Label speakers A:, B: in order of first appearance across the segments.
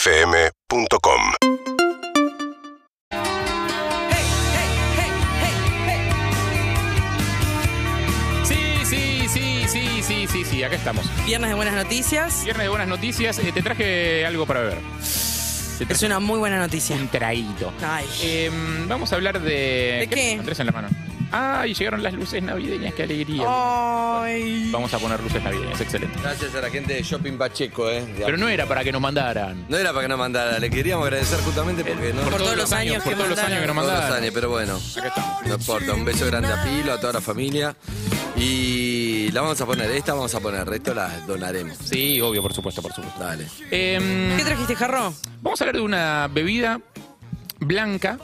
A: UrbanaPlayFM.com
B: Sí, sí, sí, sí, sí, sí, sí, acá estamos.
C: Viernes de buenas noticias.
B: Viernes de buenas noticias, eh, te traje algo para beber. Te
C: Es
B: traje
C: una muy buena noticia.
B: un traguito.
C: Ay.
B: Em, vamos a hablar de...
C: ¿De qué?
B: tenés, Andrés en la mano. Ay, llegaron las luces navideñas, qué alegría.
C: Oh. Ay.
B: Vamos a poner luces navideñas, excelente.
D: Gracias a la gente de Shopping Pacheco, ¿eh? De-
B: Pero no era para que nos mandaran.
D: no era para que nos mandara, le queríamos agradecer justamente porque no.
C: Por todos los años que
B: por todos los
C: mandaron.
B: años que nos
D: todos los
B: mandaron.
D: años, pero bueno,
B: Acá estamos.
D: no importa. Un beso grande a Pilo, a toda la familia. Y la vamos a poner, esta vamos a poner, esto la donaremos.
B: Sí, obvio, por supuesto, por supuesto.
D: Dale.
B: Em,
C: ¿Qué trajiste, Jarro?
B: Vamos a hablar de una bebida blanca.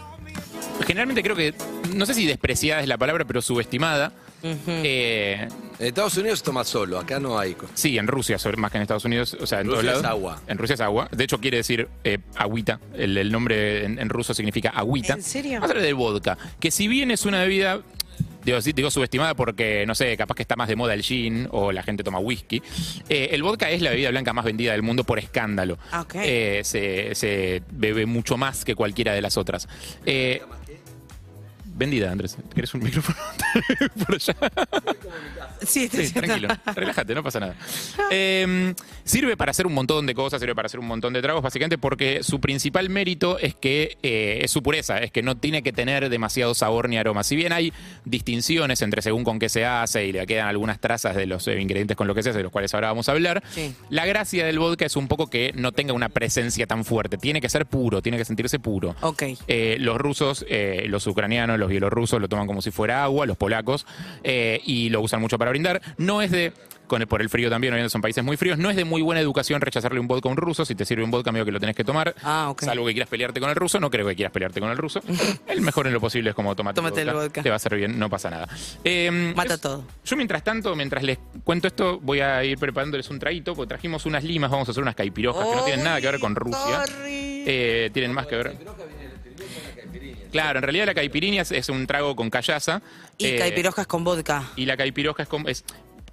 B: Generalmente creo que, no sé si despreciada es la palabra, pero subestimada. Eh,
D: En Estados Unidos se toma solo, acá no hay. co-
B: sí, en Rusia, sobre- más que en Estados Unidos, o sea, en
D: Rusia
B: todos lados.
D: es agua.
B: En Rusia es agua. De hecho, quiere decir eh, agüita. El, el nombre en, en ruso significa agüita.
C: ¿En serio?
B: Vamos a hablar del vodka, que si bien es una bebida... Digo, sí, digo subestimada porque, no sé, capaz que está más de moda el gin o la gente toma whisky. Eh, el vodka es la bebida blanca más vendida del mundo por escándalo.
C: Ah, ok.
B: Eh, se, se bebe mucho más que cualquiera de las otras. Eh, vendida, Andrés. ¿Querés un micrófono? por allá.
C: Sí,
B: Sí, tranquilo, relájate, no pasa nada. Eh, sirve para hacer un montón de cosas, sirve para hacer un montón de tragos, básicamente porque su principal mérito es que eh, es su pureza, es que no tiene que tener demasiado sabor ni aroma. Si bien hay distinciones entre según con qué se hace y le quedan algunas trazas de los eh, ingredientes con lo que se hace, de los cuales ahora vamos a hablar,
C: Sí.
B: la gracia del vodka es un poco que no tenga una presencia tan fuerte. Tiene que ser puro, tiene que sentirse puro.
C: Ok.
B: Eh, los rusos, eh, los ucranianos, los bielorrusos lo toman como si fuera agua, los polacos, eh, y lo usan mucho para brindar. No es de, con el- por el frío también, obviamente son países muy fríos, no es de muy buena educación rechazarle un vodka a un ruso. Si te sirve un vodka, medio que lo tenés que tomar.
C: Ah, ok.
B: Salvo que quieras pelearte con el ruso, no creo que quieras pelearte con el ruso. el mejor en lo posible es como tomate,
C: Tómate el vodka.
B: Te va a hacer bien, no pasa nada. Eh,
C: Mata
B: es-
C: todo.
B: yo mientras tanto, mientras les cuento esto, voy a ir preparándoles un traguito, porque trajimos unas limas, vamos a hacer unas caipirojas que no tienen nada que ver con Rusia. Eh, tienen más que ver. Claro, en realidad la caipirinha es, es un trago con callaza.
C: Y
B: eh,
C: caipiroscas con vodka.
B: y la caipirosca es como. Es,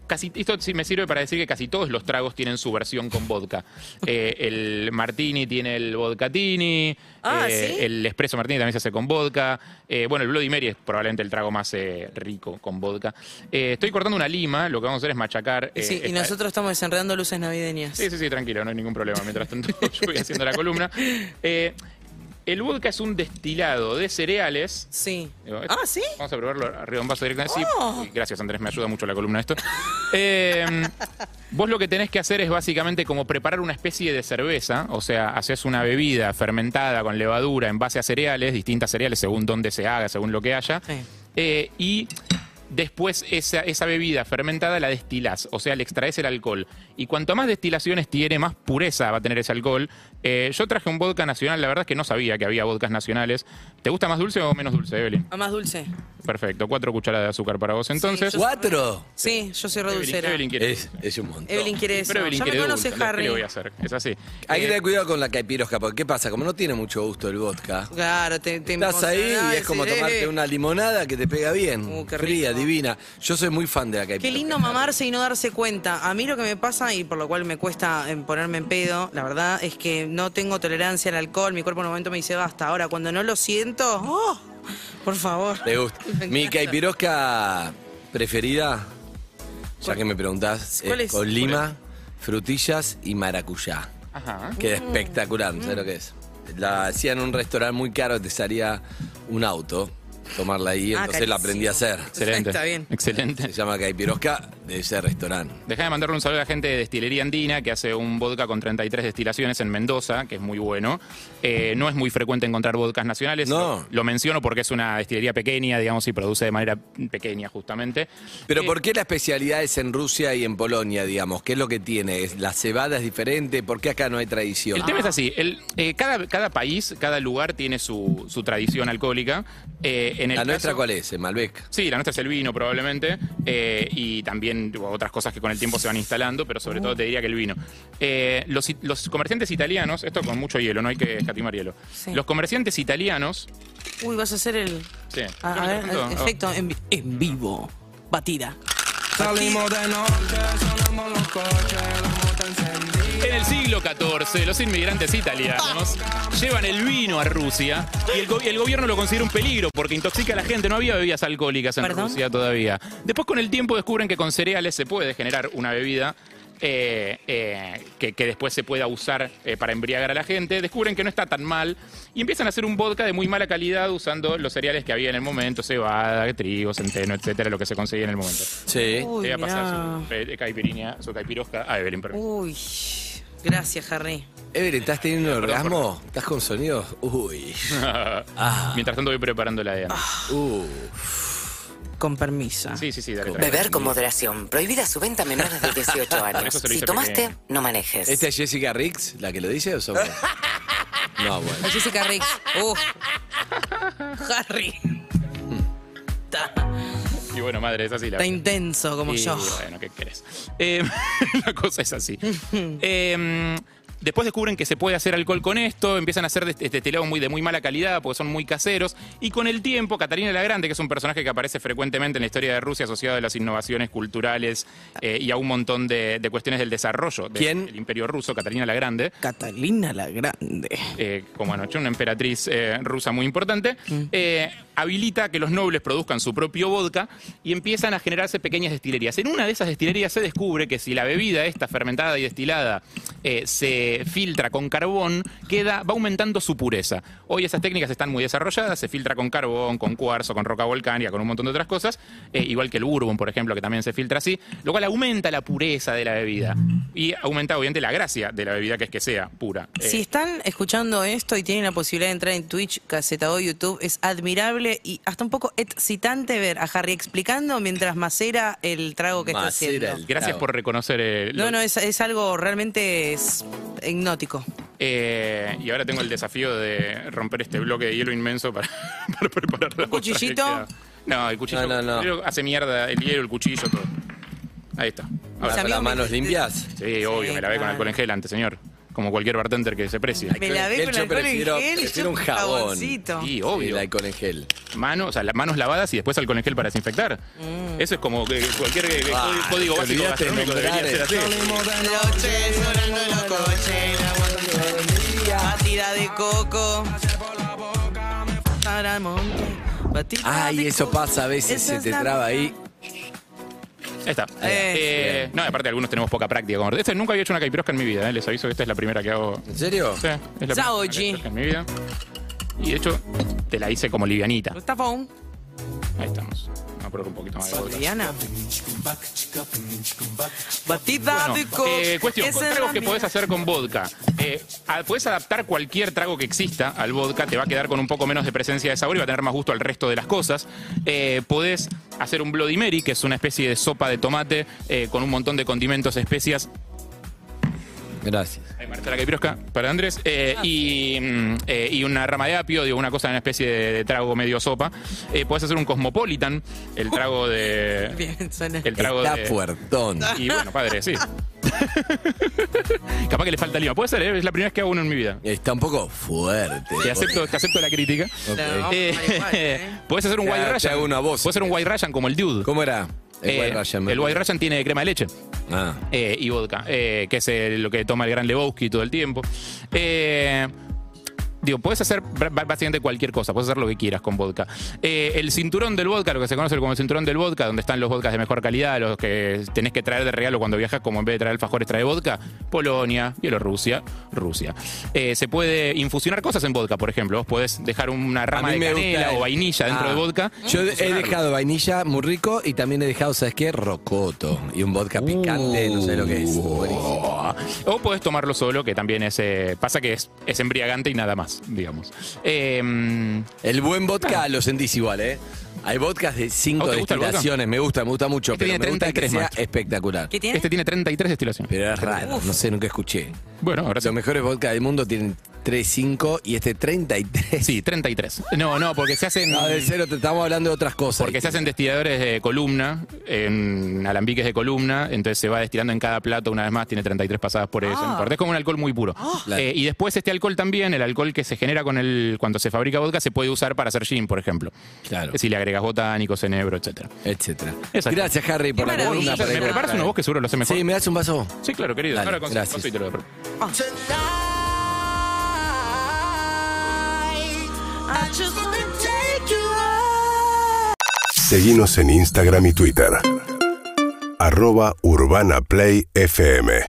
B: casi, esto sí me sirve para decir que casi todos los tragos tienen su versión con vodka. Eh, el martini tiene el vodkatini.
C: Ah,
B: eh,
C: ¿sí?
B: El espresso martini también se hace con vodka. Eh, bueno, el Bloody Mary es probablemente el trago más eh, rico con vodka. Eh, estoy cortando una lima, lo que vamos a hacer es machacar. eh,
C: Sí, y
B: esta-
C: nosotros estamos desenredando luces navideñas.
B: Sí, sí, sí, tranquilo, no hay ningún problema. Mientras tanto, yo voy haciendo la columna. Eh, el vodka es un destilado de cereales.
C: Sí.
B: Digo,
C: Ah, ¿sí?
B: Vamos a probarlo arriba de un vaso directamente. Sí,
C: Oh.
B: Gracias, Andrés, me ayuda mucho la columna esto. Eh, vos lo que tenés que hacer es básicamente como preparar una especie de cerveza, o sea, haces una bebida fermentada con levadura en base a cereales, distintas cereales según dónde se haga, según lo que haya.
C: Sí.
B: Eh, y después esa, esa bebida fermentada la destilás, o sea, le extraes el alcohol. Y cuanto más destilaciones tiene, más pureza va a tener ese alcohol. Eh, yo traje un vodka nacional, la verdad es que no sabía que había vodkas nacionales. ¿Te gusta más dulce o menos dulce, Evelyn?
C: A más dulce.
B: Perfecto, cuatro cucharadas de azúcar para vos entonces.
C: yo-
D: ¿Cuatro?
C: Sí, yo soy
B: Evelyn,
C: redulcera.
B: Evelyn quiere
D: Es, es un montón.
C: Evelyn quiere eso.
B: Pero Evelyn
C: ya me
B: quiere
C: conoce
B: dulce, entonces, ¿qué
C: Harry.
B: le voy a hacer? Es así.
D: Hay que
B: Eh,
D: tener cuidado con la caipirosca, porque ¿qué pasa? Como no tiene mucho gusto el vodka,
C: Claro, te, te
D: Estás ahí
C: emocionás,
D: y es como
C: decís,
D: tomarte
C: eh,
D: una limonada que te pega bien.
C: Uh, qué
D: fría,
C: rico.
D: divina. Yo soy muy fan de la
C: Qué
D: caipirosca.
C: lindo mamarse y no darse cuenta. A mí lo que me pasa y por lo cual me cuesta em, ponerme en pedo, la verdad, es que no tengo tolerancia al alcohol. Mi cuerpo en un momento me dice basta. Ahora, cuando no lo siento, ¡oh! Por favor.
D: Te gusta.
C: Me
D: Mi
C: encanta.
D: caipirosca preferida, ya que me preguntás,
C: ¿Cuál es? Mm.
D: con lima, frutillas y maracuyá.
B: Ajá.
D: Queda espectacular, ¿sabes lo que es? La hacía en un restaurante muy caro, te salía un auto tomarla ahí,
C: Ah,
D: entonces la aprendí a hacer.
C: carísimo.
B: Excelente.
C: Está bien.
B: Excelente.
D: Se llama caipirosca de ese restaurante.
B: Dejá de mandarle un saludo a la gente de Destilería Andina, que hace un vodka con 33 destilaciones en Mendoza, que es muy bueno. Eh, no es muy frecuente encontrar vodkas nacionales.
D: No.
B: Lo, lo menciono porque es una destilería pequeña, digamos, y produce de manera pequeña, justamente.
D: Pero
B: Eh,
D: ¿por qué la especialidad es en Rusia y en Polonia, digamos? ¿Qué es lo que tiene? ¿Es- ¿La cebada es diferente? ¿Por qué acá no hay tradición?
B: El tema es así, el, eh, cada, cada país, cada lugar tiene su, su tradición alcohólica. Eh, en el
D: ¿La nuestra
B: caso-
D: cuál es? ¿En Malbec?
B: Sí, la nuestra es el vino probablemente, eh, y también digo, otras cosas que con el tiempo se van instalando, pero sobre todo te diría que el vino. Eh, los, i- los comerciantes italianos, esto con mucho hielo, no hay que escatimar hielo.
C: Sí.
B: Los comerciantes italianos...
C: Uy, vas a hacer el.
B: Sí,
C: a-
B: Yo
C: a
B: me
C: ver, eh,
B: pregunto,
C: efecto en, vi- en vivo. Batida.
E: Salimos de noche, sonamos los coches, la moto encendida.
B: En el siglo XIV, los inmigrantes italianos llevan el vino a Rusia y el, go- y el gobierno lo considera un peligro porque intoxica a la gente. No había bebidas alcohólicas en
C: ¿Perdón?
B: Rusia todavía. Después, con el tiempo, descubren que con cereales se puede generar una bebida. eh, eh, que, que después se pueda usar eh, para embriagar a la gente, descubren que no está tan mal y empiezan a hacer un vodka de muy mala calidad usando los cereales que había en el momento, cebada, trigo, centeno, etcétera, lo que se conseguía en el momento.
D: Sí.
C: Uy,
B: Te voy a
C: mirá.
B: pasar su eh, caipirinha, su caipirosca a Evelyn, perdón.
C: Uy, gracias, Harry.
D: Evelyn, ¿estás teniendo un
B: Perdón,
D: orgasmo? ¿Estás con sonidos? Uy. Ah.
B: Mientras tanto voy preparando la idea.
D: Uh.
C: Con permiso.
B: Sí, sí, sí, dale. dale.
F: Beber con moderación. Prohibida su venta a menores de 18 años.
B: Eso se lo Este
F: Si
B: hice
F: tomaste,
B: pequeño.
F: no manejes.
D: ¿Esta es Jessica Riggs, la que lo dice o somos? No, bueno.
C: A Jessica Riggs. Uh. Harry. Está,
B: Y bueno, madre, es así la
C: está intenso como
B: Y
C: yo.
B: Bueno, ¿qué querés? Eh, la cosa es así. Eh, después descubren que se puede hacer alcohol con esto, empiezan a hacer de- este telado muy, de muy mala calidad porque son muy caseros. Y con el tiempo, Catarina la Grande, que es un personaje que aparece frecuentemente en la historia de Rusia asociado a las innovaciones culturales eh, y a un montón de, de cuestiones del desarrollo del
D: ¿Quién?
B: del imperio ruso, Catarina la Grande.
C: Catalina la Grande.
B: eh, como anoche, una emperatriz eh, rusa muy importante, eh, habilita que los nobles produzcan su propio vodka y empiezan a generarse pequeñas destilerías. En una de esas destilerías se descubre que si la bebida esta fermentada y destilada eh, se filtra con carbón, queda, va aumentando su pureza. Hoy esas técnicas están muy desarrolladas, se filtra con carbón, con cuarzo, con roca volcánica, con un montón de otras cosas, eh, igual que el bourbon, por ejemplo, que también se filtra así, lo cual aumenta la pureza de la bebida y aumenta obviamente la gracia de la bebida que es que sea pura. Eh,
C: Si están escuchando esto y tienen la posibilidad de entrar en Twitch, Caseta o YouTube, es admirable y hasta un poco excitante ver a Harry explicando mientras macera el trago que
D: Macera
C: está
D: el-
C: haciendo.
B: Gracias
D: Claro.
B: por reconocer eh, el.
C: No, no, es, es algo realmente es hipnótico.
B: eh, y ahora tengo el desafío de romper este bloque de hielo inmenso para, para preparar la
C: ¿Un cuchillito?
B: otra que queda. No, el cuchillo.
D: No, no, no.
B: creo que Hace mierda el hielo, el cuchillo, todo. Ahí está.
C: Mis
B: Ahora,
D: ¿Con
C: amigos
D: las
C: me-
D: manos limpias?
B: sí, obvio, me lavé con
C: claro.
B: alcohol en gel antes, señor. Como cualquier bartender que se precie.
C: Me
D: Con
C: lavé
D: el
C: con
D: gel yo
C: alcohol en
D: prefiero-
C: gel y
D: prefiero
C: yo
D: un jabón.
C: jaboncito.
B: Sí,
D: El
B: obvio.
D: alcohol en gel.
B: Manos, o sea, la- manos lavadas y después alcohol en gel para desinfectar. Eso es como que cualquier eh,
D: Mm. Ah,
B: código
D: te
B: básico
D: olvidaste de
B: gastronómico
D: nombrar
B: debería ser así.
E: Salimos de
C: Noche sonando en los coches, la guardia- batida de coco. Para el monte, batida
D: Ay,
C: de
D: eso
C: coco.
D: pasa a veces,
C: Esa
D: se
C: es
D: te
C: la-
D: traba ahí.
B: Ahí está.
C: Eh,
B: Eh, no, aparte algunos tenemos poca práctica. con- Este nunca había hecho una caipirosca en mi vida, eh, les aviso que esta es la primera que hago.
D: ¿En serio?
B: Sí, es la
C: Chao,
B: primera
C: G.
B: caipirosca en mi vida. Y de hecho, te la hice como livianita.
C: ¿Está Fon?
B: Ahí estamos. Vamos a probar un poquito más de vodka.
C: Diana. Batida de coco.
B: Eh, cuestión,
C: Esa
B: con
C: es
B: tragos
C: la
B: que
C: mía.
B: podés hacer con vodka. Eh, a- podés adaptar cualquier trago que exista al vodka, te va a quedar con un poco menos de presencia de sabor y va a tener más gusto al resto de las cosas. Eh, podés hacer un Bloody Mary, que es una especie de sopa de tomate eh, con un montón de condimentos, especias
D: Gracias.
B: Ahí marcha la caipirosca para Andrés. Eh, y, mm, eh, y una rama de apio, digo, una cosa, una especie de, de trago medio sopa. Eh, podés hacer un cosmopolitan, el trago de.
C: Bien, suena.
B: El trago
D: Está
B: de.
D: fuertón.
B: Y bueno, padre, sí. Capaz que le falta lima. Puede ser, ¿eh? es la primera vez que hago uno en mi vida.
D: Está un poco fuerte.
B: Te acepto, te acepto la crítica.
D: Ok.
C: Claro, vamos
B: Eh,
C: a igual, ¿eh?
B: Podés hacer un
D: Te-
B: White
D: te
B: Russian.
D: hago una voz.
B: Podés hacer un White Russian como el Dude.
D: ¿Cómo era? El
B: Eh,
D: White Russian. me
B: el White
D: acuerdo.
B: Russian tiene crema de leche.
D: Ah.
B: eh, y vodka, eh, que es eh, lo que toma el gran Lebowski todo el tiempo. Eh, digo, puedes hacer br- br- básicamente cualquier cosa, puedes hacer lo que quieras con vodka. Eh, el cinturón del vodka, lo que se conoce como el cinturón del vodka, donde están los vodkas de mejor calidad, los que tenés que traer de regalo cuando viajas, como en vez de traer alfajores, trae vodka. Polonia, Bielorrusia, Rusia. Eh, se puede infusionar cosas en vodka, por ejemplo. Vos podés dejar una
D: A
B: rama
D: mí
B: de
D: me gusta
B: canela
D: el-
B: o vainilla dentro
D: Ah.
B: de vodka.
D: Yo he dejado vainilla muy rico y también he dejado, ¿sabes qué? Rocoto. Y un
B: Uh.
D: vodka picante, no sé lo que es. Buenísimo.
B: O podés tomarlo solo, que también es. eh, pasa que es, es embriagante y nada más, digamos. Eh,
D: El buen vodka lo sentís igual, ¿eh? Hay vodkas de
B: ¿A
D: cinco
B: vos te gusta el
D: destilaciones, me gusta, me gusta mucho,
B: Este
D: pero
B: tiene
D: me gusta que
B: 33
D: sea
B: más.
D: espectacular.
C: ¿Qué tiene?
B: este tiene 33 destilaciones.
D: Pero es raro, no sé, nunca escuché.
B: Bueno, ahora sí.
D: Los mejores vodka del mundo tienen 35 y este 33.
B: Sí, 33. No, no, porque se hacen.
D: No, del cero te estamos hablando de otras cosas.
B: Porque se hacen destiladores de columna, en alambiques de columna, entonces se va destilando en cada plato una vez más, tiene 33 pasadas por eso. no importa. Es como un alcohol muy puro.
D: Claro.
B: Eh, y después este alcohol también, el alcohol que se genera con el cuando se fabrica vodka, se puede usar para hacer gin, por ejemplo.
D: Claro.
B: Si le agregas botánicos, enebro, etcétera.
D: etcétera.
B: Exacto.
D: Gracias, Harry, por
C: Qué
D: la columna.
C: maravilla.
D: por el
B: ¿Me
C: pregunta.
B: preparas uno vos que seguro lo sé mejor?
D: Sí, me das un vaso.
B: Sí, claro, querido.
D: Dale,
B: Ahora con-
D: gracias.
B: con- sí, te lo preparo.
A: Seguinos en Instagram y Twitter. Arroba Urbana Play FM.